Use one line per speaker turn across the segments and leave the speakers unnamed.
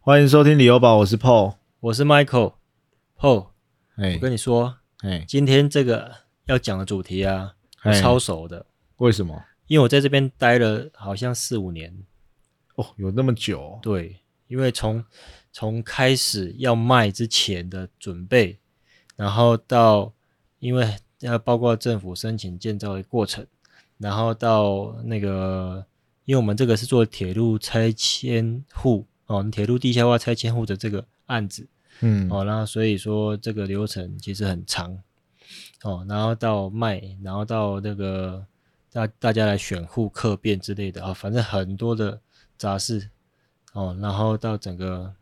欢迎收听理由宝，我是 Paul。
我是 Michael。Paul，
哎
我跟你说，
哎
今天这个要讲的主题啊，我
哎
超熟的，
为什么？
因为我在这边待了好像四五年。
哦，有那么久哦、
对，因为从从开始要卖之前的准备，然后到因为要包括政府申请建造的过程，然后到那个，因为我们这个是做铁路拆迁户哦，铁路地下化拆迁户的这个案子，
嗯，
哦，那所以说这个流程其实很长，哦，然后到卖，然后到那个大大家来选户客变之类的啊、反正很多的杂事，哦，然后到整个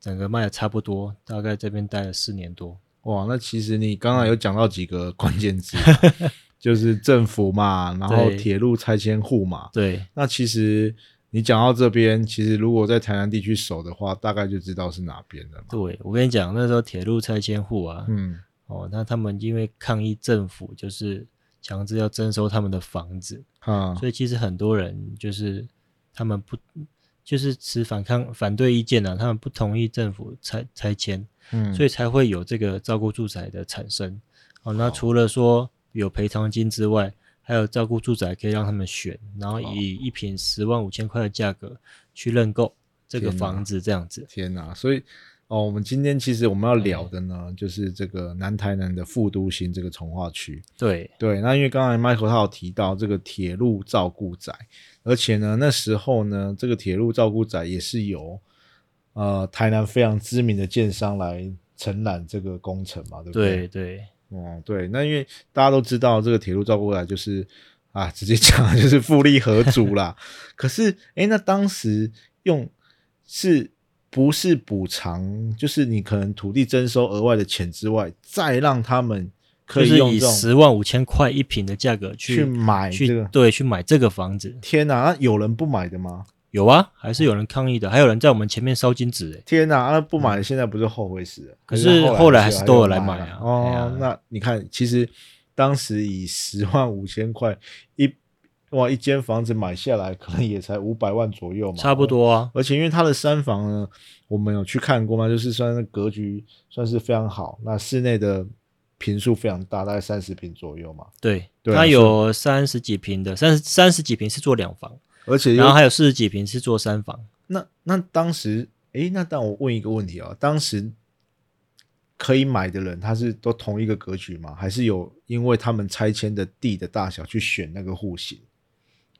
整个卖的差不多，大概这边待了四年多，
哇，那其实你刚刚有讲到几个关键字，啊 就是政府嘛，然后
对
铁路拆迁户嘛。
对，
那其实你讲到这边，其实如果在台南地区守的话，大概就知道是哪边了嘛。
对我跟你讲，那时候铁路拆迁户啊，
嗯，
哦，那他们因为抗议政府，就是强制要征收他们的房子，
啊，
所以其实很多人就是他们不就是持反抗反对意见啊，他们不同意政府拆拆迁，
嗯，
所
以
以才会有这个照顾住宅的产生。哦，那除了说有赔偿金之外，还有照顾住宅可以让他们选，然后以一平十万五千块的价格去认购这个
天哪
房子，这样子。
天哪，所以。哦，我们今天其实我们要聊的呢，就是这个南台南的副都心这个从化区。
对
对，那因为刚才 Michael 他有提到这个铁路照顾仔，而且呢，那时候呢，这个铁路照顾仔也是由呃台南非常知名的建商来承揽这个工程嘛，对不
对对
哦、对，那因为大家都知道这个铁路照顾仔就是啊，直接讲就是 复利合组啦。可是，诶，那当时用是不是补偿？就是你可能土地征收额外的钱之外，再让他们可
就
以
是
用
以
这种。
十万五千块一平的价格
去
去
买
去、
这个。
对去买这个房子，
天哪、那有人不买的吗？
有啊，还是有人抗议的，还有人在我们前面烧金纸、欸，
天哪、那不买的现在不是后悔死了？
可
是
是后来还是都有来
买
买啊
哦，
哎呀
那你看，其实当时以十万五千块一哇一间房子买下来，可能也才五百万左右嘛，
差不。多啊。
而且因为它的三房呢，我们有去看过嘛，就是算是格局算是非常好，那室内的平数非常大，大概三十平左右嘛，
对，
对啊
它有三十几平的，三三十几平是做两房，
而且又
然后还有四十几平是做三房。
那那当时，诶，那但我问一个问题啊，当时可以买的人，他是都同一个格局吗？还是有因为他们拆迁的地的大小去选那个户型？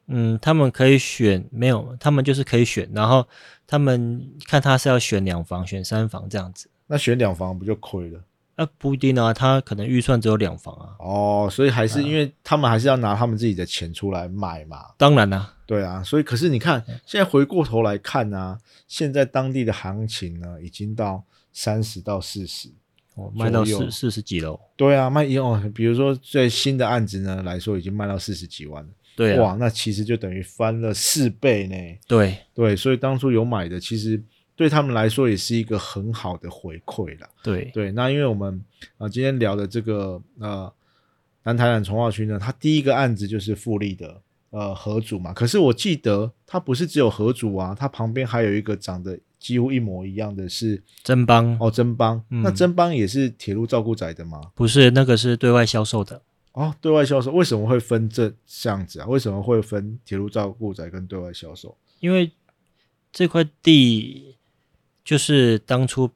嗯，他们可以选，没有，他们就是可以选，然后他们看他是要选两房、选三房这样子。
那选两房不就亏了？
那、不一定啊，他可能预算只有两房啊。
哦，所以还是因为他们还是要拿他们自己的钱出来买嘛。
当然啦、
对啊，所以可是你看，现在回过头来看啊，现在当地的行情呢，已经到三十到四十。
我哦卖到
左右
四四十几楼。
对啊，卖一哦，比如说最新的案子呢来说，已经卖到四十几万了。
对啊，
哇，那其实就等于翻了四倍呢。
对
对，所以当初有买的，其实对他们来说也是一个很好的回馈啦。
对
对，那因为我们啊、呃今天聊的这个呃南台南从化区呢，它第一个案子就是富力的呃合组嘛。可是我记得它不是只有合组啊，它旁边还有一个长得几乎一模一样的是
真帮、
哦真邦，那
嗯
真邦也是铁路照顾仔的吗？
不是那个是对外销售的。
哦，对外销售为什么会分这这样子啊？为什么会分铁路照顾仔跟对外销售？
因为这块地就是当初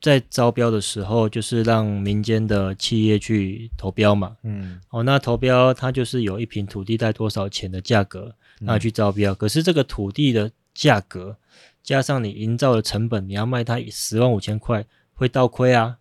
在招标的时候，就是让民间的企业去投标嘛。
嗯，
哦，那投标它就是有一平土地带多少钱的价格，那去招标。可是这个土地的价格加上你营造的成本，你要卖它十万五千块，会倒亏啊。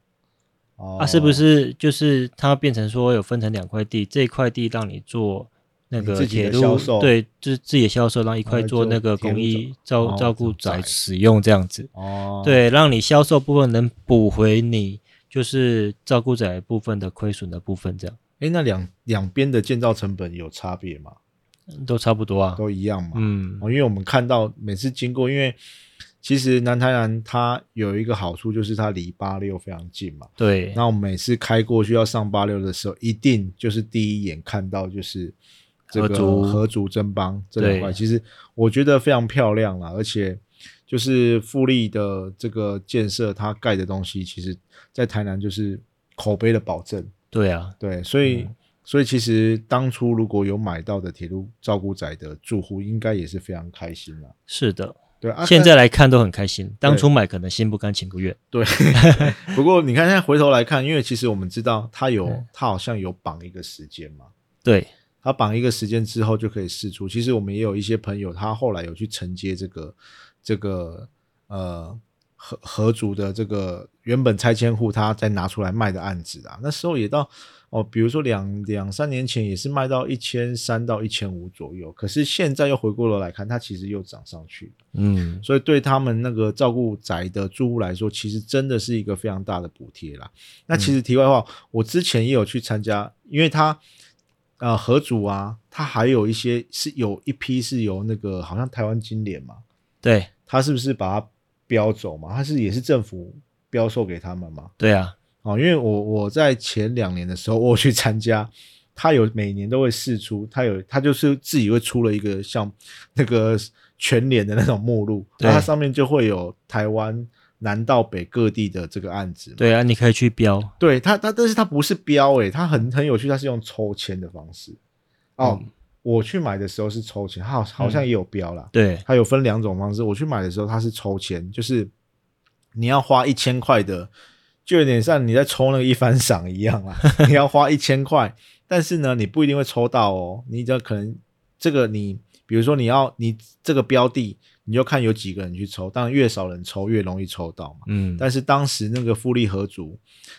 哦
啊，是不是就是它变成说有分成两块地，这一块地让你做那
你
个
自己的
铁路
销售
对，就是自己的销售，让一块
来
做
做
那个
铁路
公益
走
照
哦
照顾
走宅
宅使用这样子，
哦，，
对，让你销售部分能补回你就是照顾宅部分的亏损的部分，这样
哎，那两两边的建造成本有差别吗？
嗯都差不多啊。
都一样吗？
嗯，
哦，因为我们看到每次经过，因为其实南台南它有一个好处就是它离八六非常近嘛。
对，
那我们每次开过去要上八六的时候，一定就是第一眼看到就是这
合
个
族
合族真邦这两块，
对
其实我觉得非常漂亮啦，而且就是富力的这个建设，它盖的东西，其实在台南就是口碑的保证。
对啊，
对，所以、
嗯
所以其实当初如果有买到的铁路照顾仔的住户，应该也是非常开心啦。
是的，
对啊，
现
但
在来看都很开心，当初买可能心不甘情不愿。
对， 不过你看现在回头来看，因为其实我们知道它有
嗯
它好像有绑一个时间嘛，
对，
它绑一个时间之后就可以试出。其实我们也有一些朋友，他后来有去承接这个这个呃合合族的这个原本拆迁户，他再拿出来卖的案子啊，那时候也到哦，比如说两两三年前也是卖到一千三到一千五左右，可是现在又回过头来看，它其实又涨上去了。
嗯，
所以对他们那个照顾宅的住户来说，其实真的是一个非常大的补贴啦。那其实题外话，我之前也有去参加，因为他呃合组啊，他还有一些是有一批是由那个好像台湾金联嘛，
对，
他是不是把它标走嘛？他是也是政府标售给他们嘛？
对啊，
哦，因为我我在前两年的时候，我有去参加，他有每年都会试出，他有他就是自己会出了一个像那个全联的那种目录，
对
然后它上面就会有台湾南到北各地的这个案子嘛。
对啊，你可以去标。
对他他，但是他不是标诶、欸，他很很有趣，他是用抽签的方式。哦，
嗯
我去买的时候是抽签，他好好像也有标啦。
对，
它有分两种方式。我去买的时候，它是抽签，就是你要花一千块的，就有点像你在抽那个一番赏一样 啦。你要花一千块，但是呢，你不一定会抽到哦。你只要可能这个你，比如说你要你这个标的，你就看有几个人去抽，当然越少人抽越容易抽到嘛。
嗯，
但是当时那个富力合族，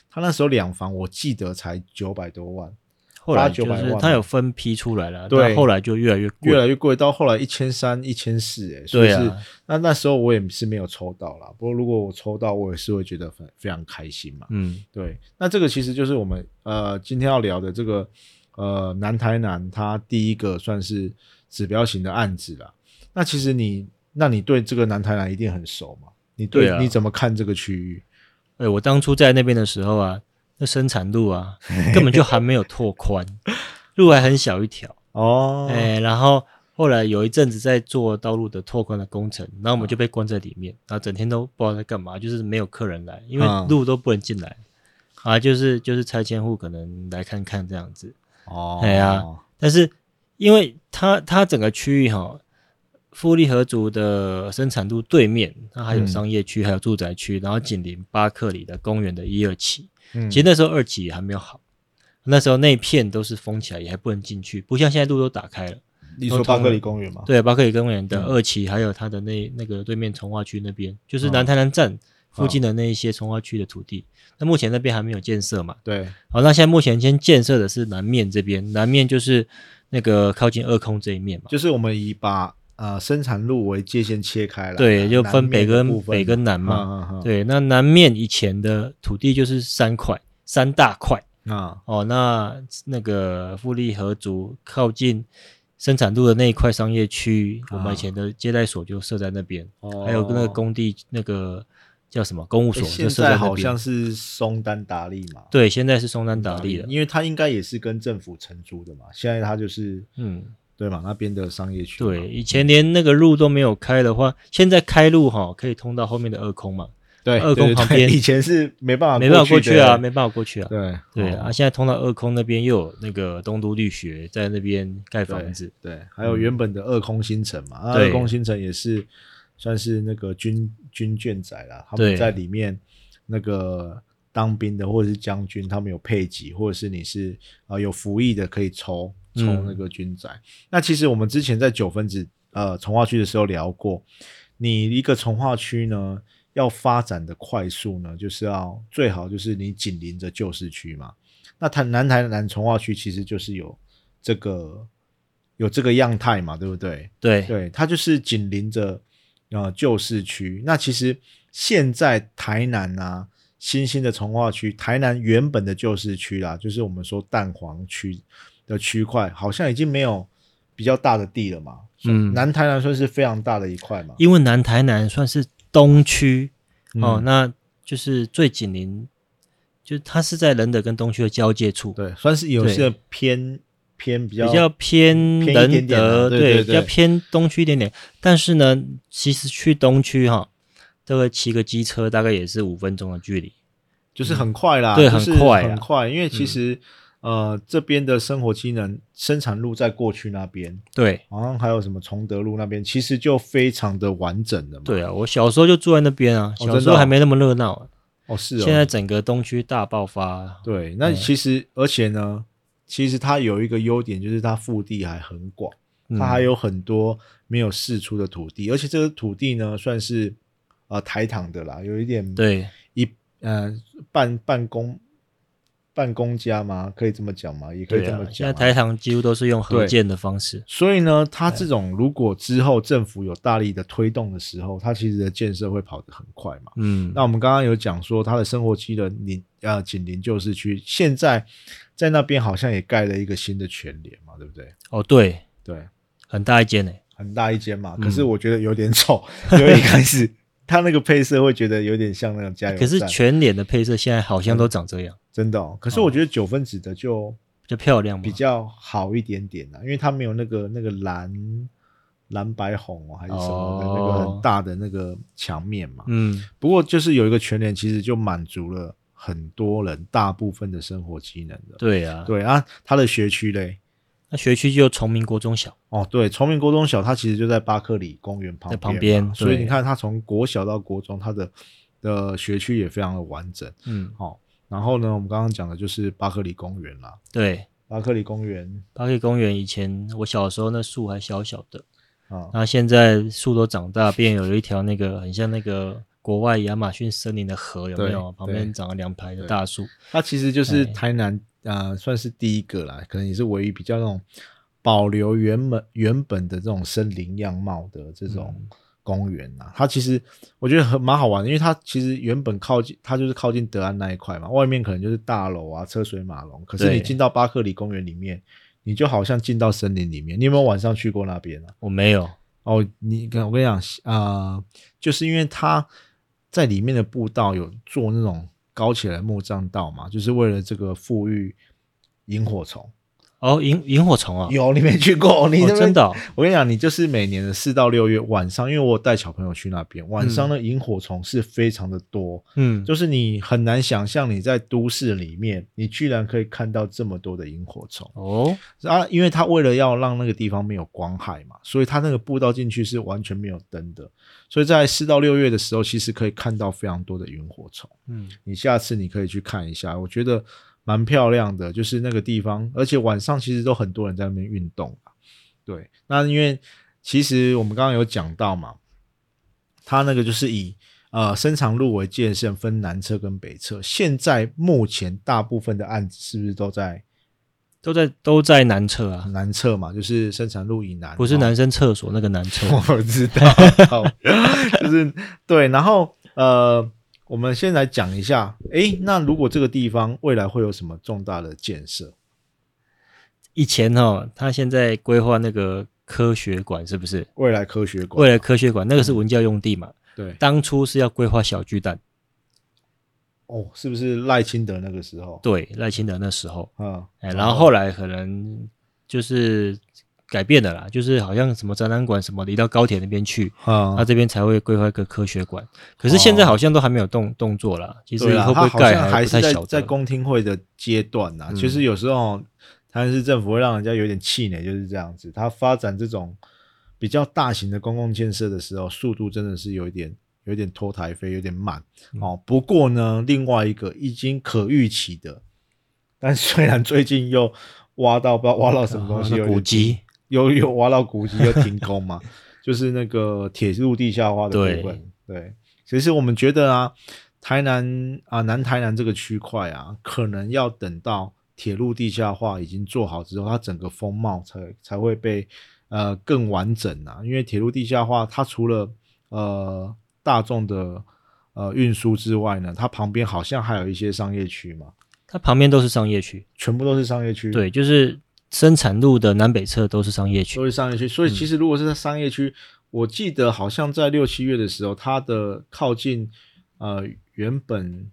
他那时候两房我记得才九百多万，
后来
八
就
九百
是
万
它
嘛
有分批出来了，
对
但后来就越来越贵。
越来越贵，到后来一千三、一千四，哎，所以
对
是、
啊，
那那时候我也是没有抽到啦，不过如果我抽到，我也是会觉得非非常开心嘛。
嗯，
对，那这个其实就是我们呃今天要聊的这个呃南台南它第一个算是指标型的案子啦。那其实你那你对这个南台南一定很熟嘛？你对
对啊
你怎么看这个区域？
哎，我当初在那边的时候啊，那生产 路啊，根本就还没有拓宽，路还很小一条。
哦，
哎，然后后来有一阵子在做道路的拓宽的工程，然后我们就被关在里面，然后整天都不知道在干嘛，就是没有客人来，因为
嗯
路都不能进来。啊，就是就是拆迁户可能来看看这样子，
哦，
哎呀但是因为它它整个区域哈、富力合族的生产路对面，它还有
嗯
商业区，还有住宅区，然后紧邻巴克里的公园的一二期。
嗯，
其实那时候二期也还没有好，那时候那一片都是封起来，也还不能进去，不像现在路都打开了。
你说巴克里公园嘛，
对，巴克里公园的
哦嗯
二期，还有它的那那个对面从化区那边，就是
嗯
南台南站附
哦
近的那一些从化区的土地。那目前那边还没有建设嘛？
对，
好，那现在目前先建设的是南面这边，南面就是那个靠近二空这一面嘛。
就是我们以把呃生产路为界限切开了，
对，就
南
分
面
北
的
跟
部分
北跟南嘛。
嗯嗯嗯
对，那南面以前的土地就是三块，三大块
啊，
哦。那那个富力合族靠近生产路的那一块商业区，我们
啊
以前的接待所就设在那边，
哦
还有那个工地那个叫什么公务
诶
所
现
就设在
在
那
好像
边。
是松丹达利嘛，
对，现在是松山达利了。
因为它应该也是跟政府承租的嘛，现在它就是
嗯，
对嘛那边的商业区嘛，
对，以
嗯
前连那个路都没有开的话，现在开路哈可以通到后面的二空嘛，
对
二
对
宫
对
旁
对
边
以前是没办法
没办法过
去
去
的
啊，没办法过去啊。
对
对
哦
啊，现在通到二空那边又有那个东都绿学在那边盖房子，
对，还有原本的二空新城嘛，啊
对
二空新城也是算是那个军军眷仔啦，他
对
们在里面那个当兵的或者是将军，他们有配给，或者是你是啊、呃有服役的可以抽抽
嗯
那个军仔。那其实我们之前在九分子呃从化区的时候聊过，你一个从化区呢。要发展的快速呢，就是要最好就是你紧邻着旧市区嘛，那台南台南从化区其实就是有这个有这个样态嘛，对不对？
对
对，它就是紧邻着呃旧市区。那其实现在台南啊，新兴的从化区，台南原本的旧市区啦，就是我们说蛋黄区的区块，好像已经没有比较大的地了嘛。
嗯
南台南算是非常大的一块嘛。
因为南台南算是东区、哦，
嗯
那就是最紧邻，就是它是在仁德跟东区的交界处，
对，算是有
对
些偏偏比较
比较偏
偏一
仁德，
点点啊对对
比较
对
偏东区一点点。但是呢，其实去东区哈，这个骑个机车大概也是五分钟的距离。
就是很快啦，
嗯对
就是
很快嗯啦
很快，因为其实、呃这边的生活机能生产路在过去那边，
对
好像还有什么崇德路那边，其实就非常的完整的嘛。
对啊，我小时候就住在那边啊，
哦
小时
真的
候
哦
还没那么热闹啊、
哦，是哦。
现在整个东区大爆发啊。
对，那其实、而且呢，其实它有一个优点就是它腹地还很广，
嗯
它还有很多没有释出的土地，而且这个土地呢算是呃台糖的啦，有一点
对
一呃半半公半公家嘛，可以这么讲吗？也可以
对
这么
啊，现
讲
在
啊、
台哎糖几乎都是用合
对
建的方式。
所以呢，它这种如果之后政府有大力的推动的时候，它其实的建设会跑得很快嘛。
嗯，
那我们刚刚有讲说，它的生活机能邻呃紧邻旧市区，现在在那边好像也盖了一个新的全联嘛，对不对？
哦对，
对，
很大一间呢、
很大一间嘛，
嗯
可是我觉得有点 丑，因为一开始它那个配色会觉得有点像那种加油站，
哎可是全脸的配色现在好像都长这样，
真的、哦，可是我觉得九分子的就
比较漂亮嘛。
比较好一点点啦，因为它没有那个那个蓝蓝白红、哦、还是什么的、那个
哦
很大的那个墙面嘛，
嗯，
不过就是有一个全联，其实就满足了很多人大部分的生活机能的。
对啊，
对啊，它的学区嘞，
那学区就崇明国中小。
哦，对，崇明国中小它其实就在巴克里公园旁
在
边嘛，
旁边
所以
对
你看它从国小到国中，它的的学区也非常的完整。
嗯，
哦，然后呢，我们刚刚讲的就是巴克里公园啦，
对，
巴克里公园
巴克公园以前我小时候那树还小小的，
啊，
那现在树都长大，变有一条那个很像那个国外亚马逊森林的河，有没有？
对
旁边长了两排的大树。
它其实就是
哎
台南呃，算是第一个啦，可能也是唯一比较那种保留原本原本的这种森林样貌的这种
嗯
公园啊。它其实我觉得很蛮好玩的，因为它其实原本靠近它就是靠近德安那一块嘛，外面可能就是大楼啊、车水马龙，可是
对
你进到巴克里公园里面，你就好像进到森林里面。你有没有晚上去过那边啊？
我没有，
哦，你跟我跟你讲啊、呃就是因为它在里面的步道有做那种高起来的木栈道嘛，就是为了这个富裕萤火虫。
哦，萤萤火虫啊，
有，你没去过？你那
哦、
边
真的、哦，
我跟你讲，你就是每年的四到六月晚上，因为我有带小朋友去那边，晚上的萤火虫是非常的多，
嗯，
就是你很难想象你在都市里面，你居然可以看到这么多的萤火虫。
哦，
啊，因为它为了要让那个地方没有光害嘛，所以它那个步道进去是完全没有灯的，所以在四到六月的时候，其实可以看到非常多的萤火虫。
嗯，
你下次你可以去看一下，我觉得蛮漂亮的，就是那个地方，而且晚上其实都很多人在那边运动啊。对，那因为其实我们刚刚有讲到嘛，它那个就是以呃深长路为界限，分南侧跟北侧。现在目前大部分的案子是不是都在？
都在都在南侧啊，
南侧嘛，就是生产路以南，
不是
嗯哦
男生厕所那个男厕。
我知道， 好就是对。然后呃，我们先来讲一下，诶，那如果这个地方未来会有什么重大的建设？
以前哦，他现在规划那个科学馆是不是？
未来科学馆，嗯
为了科学馆，那个是文教用地嘛，
对
当初是要规划小巨蛋，
哦，是不是赖清德那个时候？
对赖清德那时候，
嗯，
哎，然后后来可能就是改变了啦，就是好像什么展览馆什么的移到高铁那边去，
啊
他，这边才会规划一个科学馆。可是现在
哦
好像都还没有动动作啦，其实
对啊，
会不
他
会
好
盖
像
不
是
太
在
晓得。嗯
在公听会的阶段呐、其实有时候台南市政府会让人家有点气馁，啊就是这样子。他发展这种比较大型的公共建设的时候，速度真的是有一点有一点拖台飞，有点慢
嗯
哦。不过呢，另外一个已经可预期的，但虽然最近又挖到不知道挖到什么东 西，
啊
有
那
点
古迹，
有 有挖到古迹又停工嘛，就是那个铁路地下化的部分。对，其实我们觉得啊，台南啊南台南这个区块啊，可能要等到铁路地下化已经做好之后，它整个风貌才才会被呃更完整啊。因为铁路地下化，它除了呃大众的呃运输之外呢，它旁边好像还有一些商业区嘛，
它旁边都是商业区，
全部都是商业区。
对，就是生产路的南北侧都是商业区
都。是商业区。所以其实如果是在商业区，我记得好像在六七月的时候，它的靠近呃原本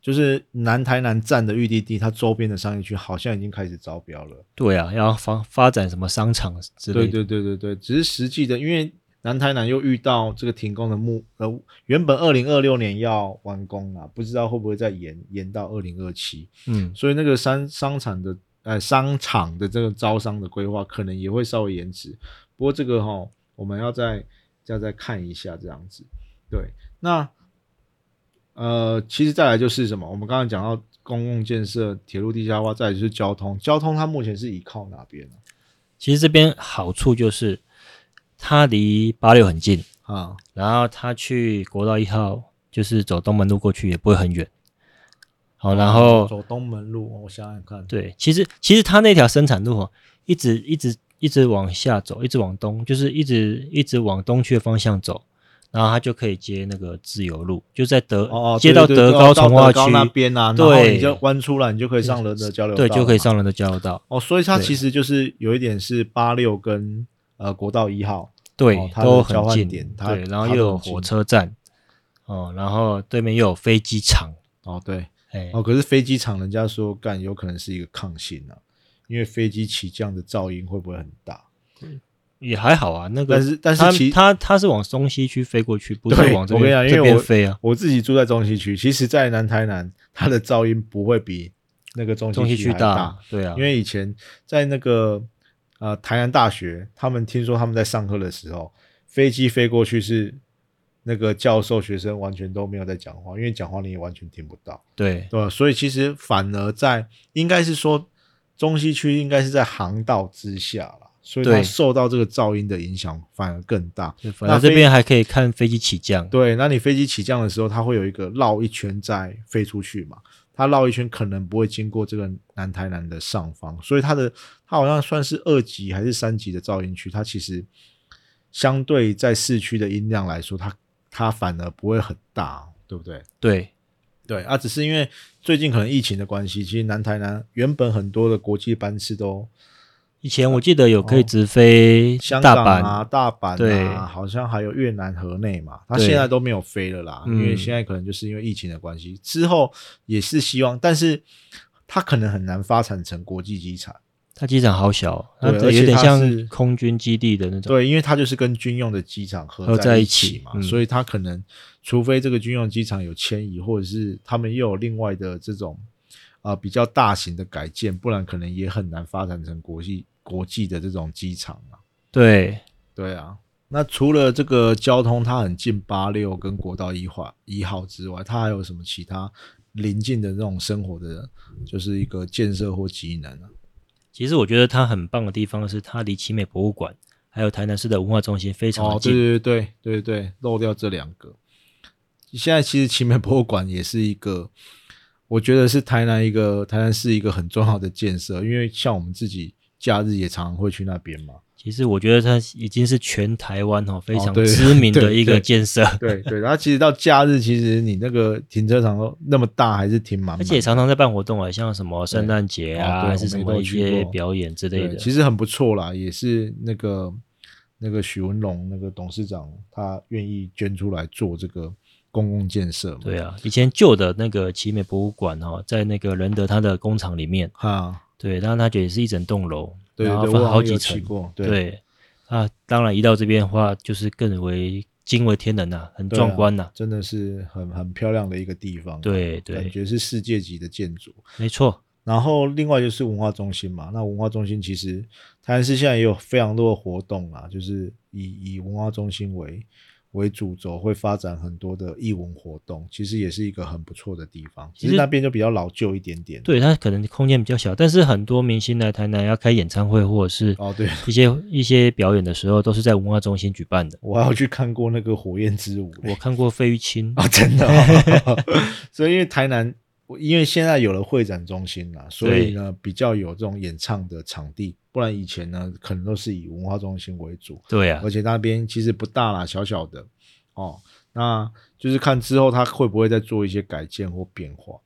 就是南台南站的玉地地，它周边的商业区好像已经开始招标了。
对啊，要发发展什么商场之
对
类的，
对对对对，只是实际的，因为南台南又遇到这个停工的目，呃，原本二零二六年要完工啊，不知道会不会再延延到二零二七，
嗯，
所以那个商商场的呃商场的这个招商的规划可能也会稍微延迟。不过这个哈、我们要再要再看一下这样子。对，那呃，其实再来就是什么？我们刚刚讲到公共建设、铁路地下化，再来就是交通。交通它目前是依靠哪边啊呢、
其实这边好处就是它离八六很近，
啊？
然后它去国道一号就是走东门路过去也不会很远。好，然后
哦走东门路，我想想看，
对，其实其实它那条生产路哦，一直一直一直往下走，一直往东，就是一直一直往东去的方向走，然后它就可以接那个自由路，就在德、
哦哦，
接到
对对
德
对
高
哦
从化
德高
区
那边啊，然后
对
你就弯出来，你就可以上人的交流道啊
对，
嘛，
就可以上人的交流道。
哦，所以它
对
其实就是有一点是八六跟呃国道一号，
对，
哦它的
都
交
很
换
近，
点它
对，然后
它
又
都
有
很近
火车站，哦，然后对面又有飞机场，
哦对，
哎、
哦可是飞机场人家说干有可能是一个抗性啊，因为飞机起降的噪音会不会很大？
也还好啊。那个，
但是但是
它
其
它它是往东西区飞过去，不是
对
往这
我跟你讲
边
因为
这边
我
飞啊。
我自己住在中西区，其实，在南台南，它的噪音不会比那个中
中西
区
区
还
大，对啊，
因为以前在那个呃台南大学，他们听说他们在上课的时候，飞机飞过去是那个教授学生完全都没有在讲话，因为讲话你也完全听不到，
对
对吧？所以其实反而在应该是说中西区应该是在航道之下了，所以它
对
受到这个噪音的影响反而更大。
对反正
飞
这边还可以看飞机起降，
对，那你飞机起降的时候，它会有一个绕一圈再飞出去嘛？它绕一圈可能不会经过这个南台南的上方，所以它的它好像算是二级还是三级的噪音区，它其实相对在市区的音量来说，它它反而不会很大，哦对不对？
对
对啊，只是因为最近可能疫情的关系，其实南台南原本很多的国际班次都
以前我记得有可以
哦
直飞
香
大
港
阪，
啊、大阪
对
啊，好像还有越南河内嘛，它
对
现在都没有飞了啦，
嗯
因为现在可能就是因为疫情的关系，之后也是希望，但是它可能很难发展成国际机场，
它机场好小，啊它
对而且
有点
它
像
是
空军基地的那种。
对，因为它就是跟军用的机场合
合
在
在
一
一
起
起
嘛，
嗯
所以它可能除非这个军用机场有迁移，或者是他们又有另外的这种啊、呃比较大型的改建，不然可能也很难发展成国际国际的这种机场啊。
对
对啊，那除了这个交通它很近八六跟国道一号一号之外，它还有什么其他邻近的这种生活的，就是一个建设或机能啊？
其实我觉得它很棒的地方是，它离奇美博物馆还有台南市的文化中心非常
哦
的，
对
近。
对对对对对，漏掉这两个。现在其实奇美博物馆也是一个，我觉得是台南一个台南市一个很重要的建设，因为像我们自己假日也常常会去那边 嘛。
其实我觉得它已经是全台湾哦非
哦
常
对
知名
对
的一
对
个建设，
对对，然后其实到假日，其实你那个停车场都那么大，还是停满满的，
而且也常常在办活动啊，像什么圣诞节
哦
啊，
对
还
我
是什
们
么
都
一
去
些
过
表演之类
对，
的。
其实很不错啦，也是那个那个许文龙那个董事长他愿意捐出来做这个公共建设嘛。
对啊，以前旧的那个奇美博物馆哦，在那个仁德他的工厂里面，
哈，
对，然后它也是一整栋楼，
对
然
对
后
对，
分
我
好
像
几
有去
层，
过，对
对啊，当然移到这边的话，就是更为惊为天人呐、很
对啊
壮观呐、
真的是很很漂亮的一个地方，，
对
感
对，
觉是世界级的建筑。
没错，
然后另外就是文化中心嘛，那文化中心其实台南市现在也有非常多的活动啦，就是以以文化中心为为主轴，会发展很多的艺文活动，其实也是一个很不错的地方。
其
只
实
是那边就比较老旧一点点。
对，它可能空间比较小，但是很多明星来台南要开演唱会或者是
哦，对，
一些一些表演的时候，都是在文化中心举办的。
我还有去看过那个《火焰之舞》嘞。
我看过费 玉清，
啊，真的哦、 所以因为台南，我因为现在有了会展中心啦，所以呢比较有这种演唱的场地，不然以前呢可能都是以文化中心为主，
对啊
而，且那边其实不大啦，小小的哦，那就是看之后它会不会再做一些改建或变化。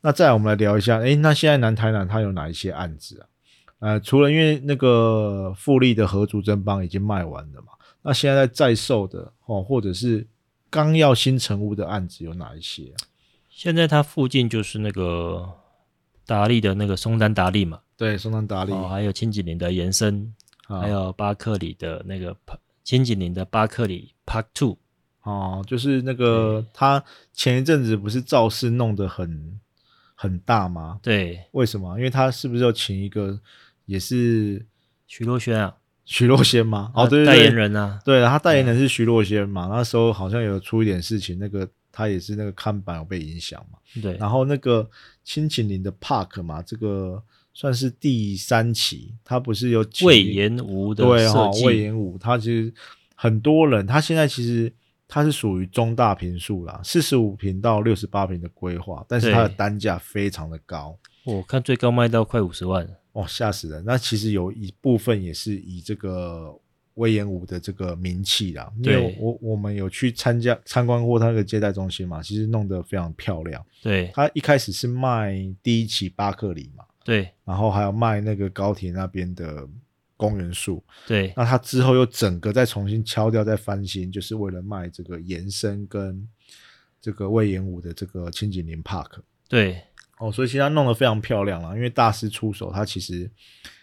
那再来我们来聊一下，诶，那现在南台南它有哪一些案子啊？呃，除了因为那个富力的合租真邦已经卖完了嘛，那现在在在售的哦，或者是刚要新成屋的案子有哪一些啊、
现在它附近就是那个达利的那个松丹达利嘛，
对，松山达利，
哦，还有千禧年的延伸，
啊
还有巴克里的那个 pa- 千禧年的巴克里 Park Two，
哦，就是那个他前一阵子不是造势弄得很很大吗？
对，
为什么？因为他是不是要请一个也是
徐若瑄啊，
徐若瑄吗？哦，
她
对对对，
呃代言人啊，
对，他代言人是徐若瑄嘛，那时候好像有出一点事情，那个他也是那个看板有被影响嘛。
对，
然后那个亲情林的 Park 嘛，这个算是第三期，他不是有请
魏延吴的
对哈、
设
哦、
计，
魏延武，他其实很多人，他现在其实他是属于中大平数啦，四十五平到六十八平的规划，但是
对
它的单价非常的高。
我看最高卖到快五十万，
哦，吓死人！那其实有一部分也是以这个威严舞的这个名气啦，因为
对
我我们有去参加参观过他那个接待中心嘛，其实弄得非常漂亮。
对
他一开始是卖第一期巴克里嘛，
对
然后还有卖那个高铁那边的公园树，
对
那他之后又整个再重新敲掉再翻新，就是为了卖这个延伸跟这个魏延武的这个千景林 Park。
对
哦，所以其实它弄得非常漂亮啦，因为大师出手，它其实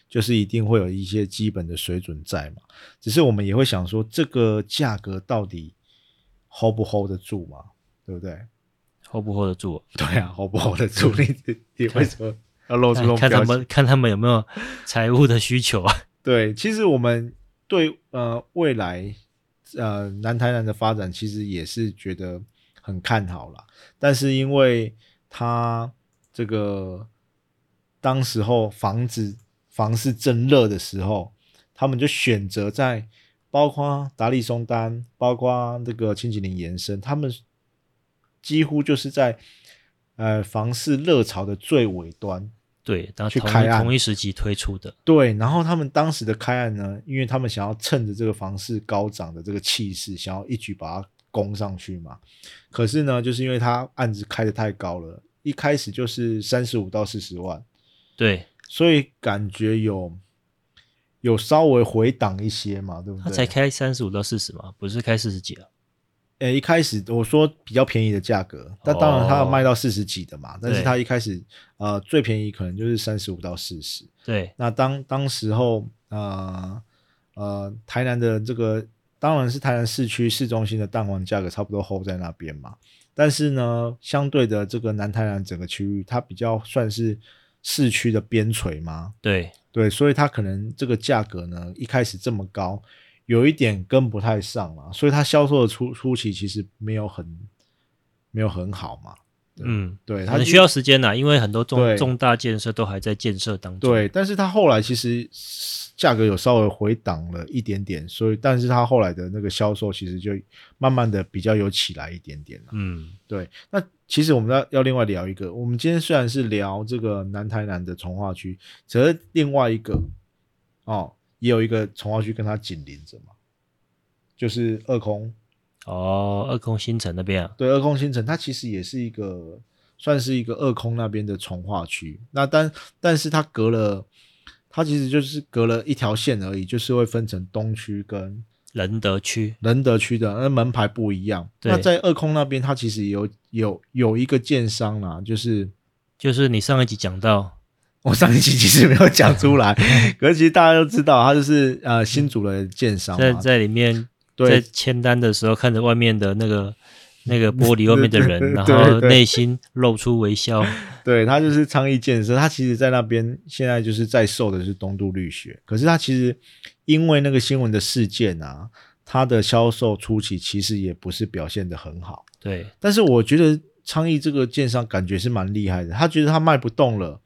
就是一定会有一些基本的水准在嘛。只是我们也会想说，这个价格到底 hold 不 hold 得住嘛？对不对？
，hold 不 hold 得住？
对啊，hold 不 hold 得住？你你你为什么要露出那种
看他
表情？
们看他们有没有财务的需求啊？
对，其实我们对呃未来呃南台南的发展，其实也是觉得很看好啦。但是因为它这个当时候房子房市正热的时候，他们就选择在包括达利松丹，包括这个千禧林延伸，他们几乎就是在呃房市热潮的最尾端，
对，然后
去
同
开
一
案
同一时期推出的，
对，然后他们当时的开案呢，因为他们想要趁着这个房市高涨的这个气势，想要一举把它攻上去嘛。可是呢，就是因为他案子开的太高了，一开始就是三十五到四十万，
对，
所以感觉有有稍微回档一些嘛，对不
他
对？
才开三十五到四十嘛，不是开四十几啊？
呃，一开始我说比较便宜的价格，但当然它要
哦
卖到四十几的嘛，但是
对
它一开始呃最便宜可能就是三十五到四十。
对
那当当时候，呃呃，台南的这个当然是台南市区市中心的蛋黄价格差不多 hold 在那边嘛。但是呢，相对的这个南台南整个区域，它比较算是市区的边陲嘛，
对
对，所以它可能这个价格呢一开始这么高，有一点跟不太上嘛，所以它销售的初初期其实没有很没有很好嘛，对
嗯，
对，
可
它
能
就
需要时间呐，因为很多
对
重重大建设都还在建设当中。
对，但是它后来其实价格有稍微回档了一点点，所以但是它后来的那个销售其实就慢慢的比较有起来一点点了。
嗯，
对，那其实我们要要另外聊一个，我们今天虽然是聊这个南台南的从化区，只是另外一个哦，也有一个从化区跟它紧邻着嘛，就是二空
哦，二空新城那边啊，
对，二空新城它其实也是一个算是一个二空那边的从化区。那但但是它隔了，它其实就是隔了一条线而已，就是会分成东区跟
仁德区，
仁德区的，那门牌不一样。那
对
在二空那边，它其实有有有一个建商啦，就是。
就是你上一集讲到，
我上一期其实没有讲出来， 可是其实大家都知道，它就是呃新竹的建商
嗯在
嘛，
在里面在
对
签单的时候，看着外面的 那个那个玻璃外面的
对
人，然
对
后
对
内心露出微笑。
对，它就是昌邑建设，它其实在那边现在就是在售的是东都绿学，可是它其实因为那个新闻的事件啊，它的销售初期其实也不是表现的很好。
对
但是我觉得昌邑这个建商感觉是蛮厉害的，他觉得他卖不动了，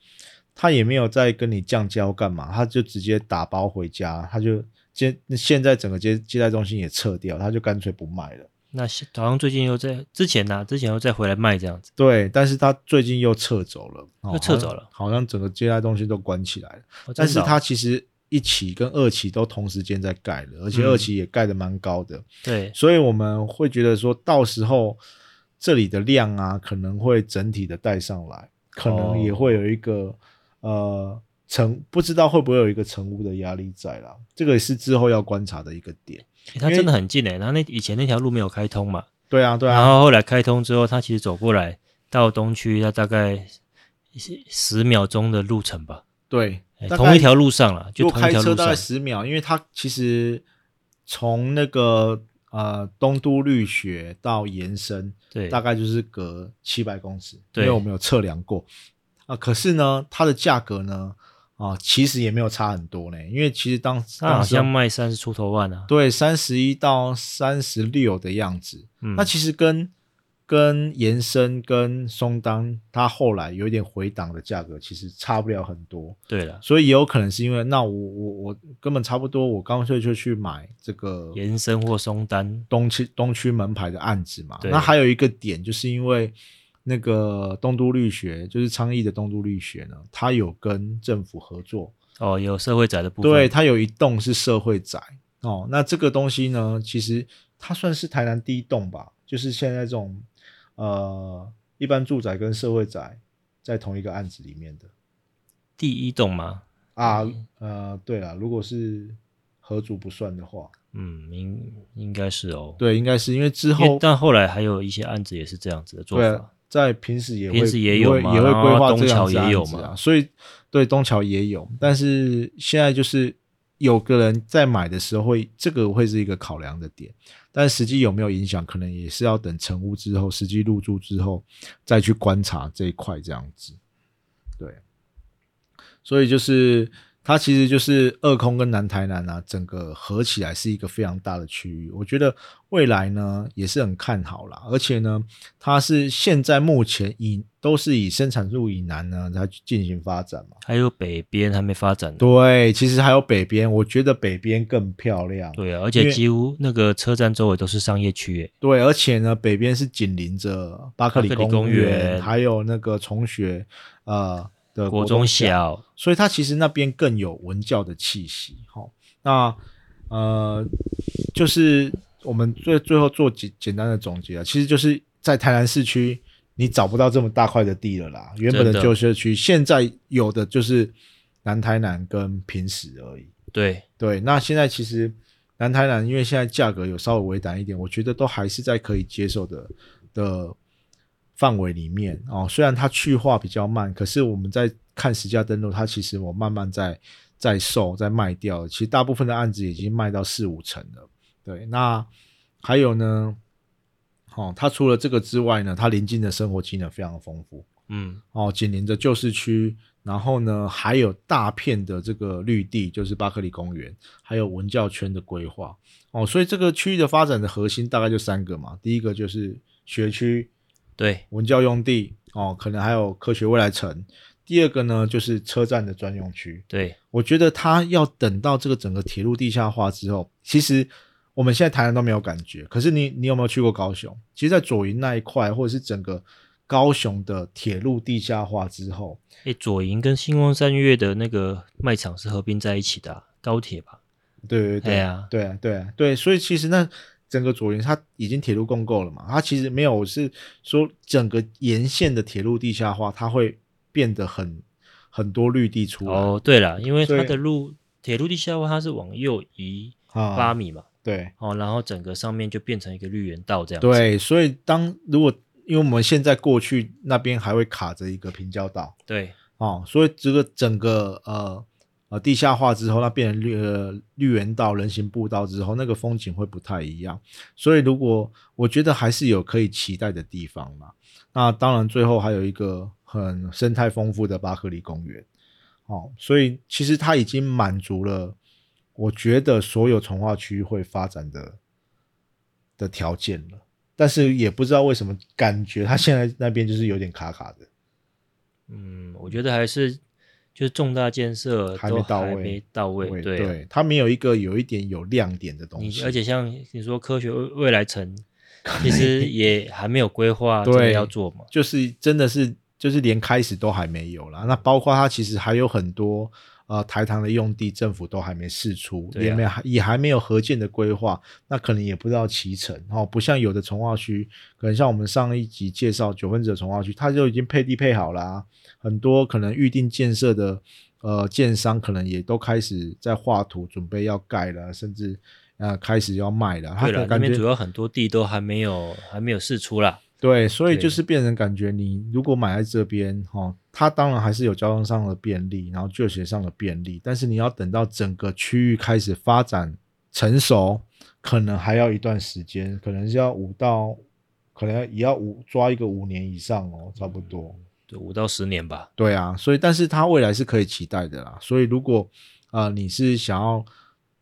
他也没有再跟你降价或干嘛，他就直接打包回家，他就接现在整个接接待中心也撤掉，他就干脆不卖了。
那是好像最近又在之前呐、之前又再回来卖这样子。
对，但是他最近又撤走了，哦
又撤走了
好像好像整个接待中心都关起来了。
哦
但是
真的哦
它其实一期跟二期都同时间在盖了，而且
嗯
二期也盖得蛮高的，
对
所以我们会觉得说到时候这里的量啊，可能会整体的带上来，可
哦
能也会有一个、呃成不知道会不会有一个成屋的压力在啦，这个也是之后要观察的一个点。
欸它
因为
真的很近诶、然后那以前那条路没有开通嘛，
对啊，对
然
啊，
后后来开通之后，他其实走过来，到东区要大概十十秒钟的路程吧，
对
哎，
大
同
概
一条路上了，
如
就
果
同
开
一条
车
路
大概
上，
十秒，因为它其实从那个呃东都绿学到延伸，
对，
大概就是隔七百公尺，因
对
为我们有测量过啊、可是呢，它的价格呢啊、其实也没有差很多呢，因为其实当
那好
当时
像卖三十出头万啊，
对三十一到三十六的样子，
嗯，
那其实跟跟延伸跟松丹，它后来有一点回档的价格，其实差不了很多。
对了，
所以也有可能是因为那我我我根本差不多，我干脆就去买这个
延伸或松丹，
东区东区门牌的案子嘛。
对
那还有一个点，就是因为那个东都绿学，就是昌邑的东都绿学呢，它有跟政府合作，
哦，有社会宅的部分，
对，，它有一栋是社会宅哦。那这个东西呢，其实它算是台南第一栋吧，就是现在这种呃一般住宅跟社会宅在同一个案子里面的。
第一栋嘛，
啊，呃，对了，如果是合组不算的话，
嗯，应应该是哦，
对，应该是因为之
因为
后
但后来还有一些案子也是这样子的做
对啊
法，
在平时也会
平时也
也
有
会
嘛
也会
然后
规划
东
这样
桥
子
也有
案子啊，
嘛
所以对东桥也有，但是现在就是有个人在买的时候会这个会是一个考量的点，但实际有没有影响，可能也是要等成屋之后，实际入住之后再去观察这一块这样子，对，所以就是。它其实就是二空跟南台南啊，整个合起来是一个非常大的区域。我觉得未来呢也是很看好啦，而且呢，它是现在目前以都是以生产路以南呢来去进行发展嘛。
还有北边还没发展呢，
对，其实还有北边，我觉得北边更漂亮。
对啊，而
因
且
为
几乎那个车站周围都是商业区耶，
对，而且呢，北边是紧邻着巴克里
巴克里
公
公园
还有那个重学呃的
国
中
中小，
所以它其实那边更有文教的气息。哈，那呃，就是我们最最后做简简单的总结啊，其实就是在台南市区，你找不到这么大块的地了啦。原本
真
的
的
旧社区，现在有的就是南台南跟平时而已。
对，
对，那现在其实南台南因为现在价格有稍微微涨一点，我觉得都还是在可以接受的的范围里面哦。虽然它去化比较慢，可是我们在看实价登录，它其实我慢慢在在售在卖掉了，其实大部分的案子已经卖到四五成了。对，那还有呢，哦，它除了这个之外呢，它临近的生活机能非常丰富。
嗯，
哦，紧邻着旧市区，然后呢，还有大片的这个绿地，就是巴克利公园，还有文教圈的规划哦，所以这个区域的发展的核心大概就三个嘛，第一个就是学区、
对，
文教用地哦，可能还有科学未来城。第二个呢，就是车站的专用区。
对，
我觉得它要等到这个整个铁路地下化之后，其实我们现在台南都没有感觉。可是你你有没有去过高雄？其实，在左营那一块，或者是整个高雄的铁路地下化之后，
诶，左营跟星光三月的那个卖场是合并在一起的啊、高铁吧？
对对对，
哎呀
对啊对啊对，所以其实那整个左营它已经铁路共构了嘛，它其实没有我是说整个沿线的铁路地下化，它会变得很很多绿地出来、
哦，对了，因为
所以
它的路铁路地下化它是往右移八
啊，
米嘛，
对。
哦，然后整个上面就变成一个绿园道这样子。，
对，所以当如果因为我们现在过去那边还会卡着一个平交道
对，
哦，所以这个整个呃呃地下化之后，它变成绿呃绿园道、人行步道之后，那个风景会不太一样。所以如果我觉得还是有可以期待的地方嘛。那当然，最后还有一个很生态丰富的巴克利公园哦，所以其实它已经满足了我觉得所有从化区会发展的的条件了。但是也不知道为什么，感觉它现在那边就是有点卡卡的。
嗯，我觉得还是就是重大建设
还
都
没到
还
位
没到位，对啊。
对，它没有一个有一点有亮点的东
你
西，
而且像你说科学未未 来城，其实也还没有规划，真的
对
要做嘛？
就是真的是就是连开始都还没有啦。那包括它其实还有很多呃台糖的用地，政府都还没释出，
对啊
也没也还没有合建的规划，那可能也不知道其成哦。不像有的从化区，可能像我们上一集介绍九分者从化区，它就已经配地配好啦、很多可能预定建设的呃建商可能也都开始在画图，准备要盖了，甚至呃开始要卖了。它
对了，那
感觉
边主要很多地都还没有还没有试出啦。
对，所以
对
就是变成感觉你如果买在这边哦，它当然还是有交通上的便利，然后就学上的便利，但是你要等到整个区域开始发展成熟，可能还要一段时间，可能是要五到，可能也要五抓一个五年以上哦，差不多。
对，五到十年吧。
对啊，所以但是它未来是可以期待的啦。所以如果呃你是想要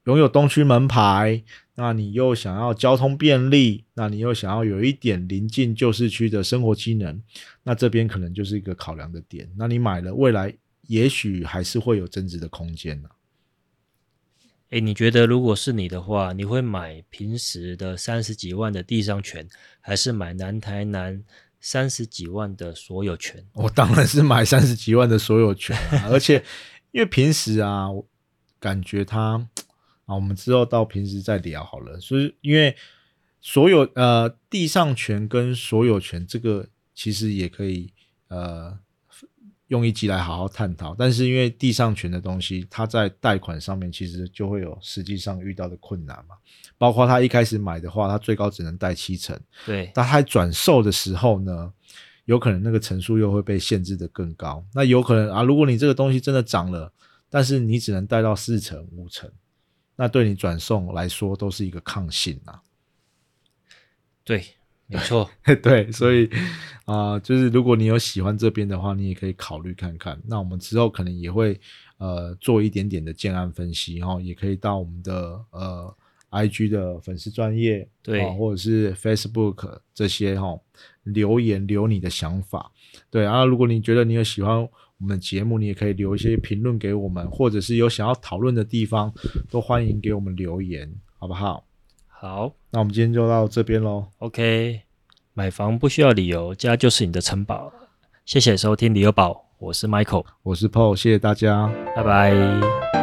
拥有东区门牌，那你又想要交通便利，那你又想要有一点临近旧市区的生活机能，那这边可能就是一个考量的点。那你买了，未来也许还是会有增值的空间啊呢、
诶，你觉得如果是你的话，你会买平时的三十几万的地上权，还是买南台南三十几万的所有权？
我当然是买三十几万的所有权、啊，而且因为平时啊，我感觉他啊，我们之后到平时再聊好了。所以因为所有呃地上权跟所有权这个其实也可以呃用一集来好好探讨，但是因为地上权的东西，它在贷款上面其实就会有实际上遇到的困难嘛，包括他一开始买的话，他最高只能贷七成。
对，
当它转售的时候呢，有可能那个层数又会被限制的更高。那有可能啊，如果你这个东西真的涨了，但是你只能贷到四成、五成，那对你转送来说都是一个抗性啊。
对，没错。
对，所以啊、就是如果你有喜欢这边的话，你也可以考虑看看。那我们之后可能也会呃做一点点的建案分析，然、后也可以到我们的呃 IG 的粉丝专业，
对
哦或者是 Facebook 这些哈、哦、留言留你的想法。对啊，如果你觉得你有喜欢我们的节目，你也可以留一些评论给我们，或者是有想要讨论的地方，都欢迎给我们留言，好不好？
好
那我们今天就到这边喽。
，OK，买房不需要理由，家就是你的城堡。谢谢收听理由宝，我是 Michael，
我是 Paul，谢谢大家。
拜拜。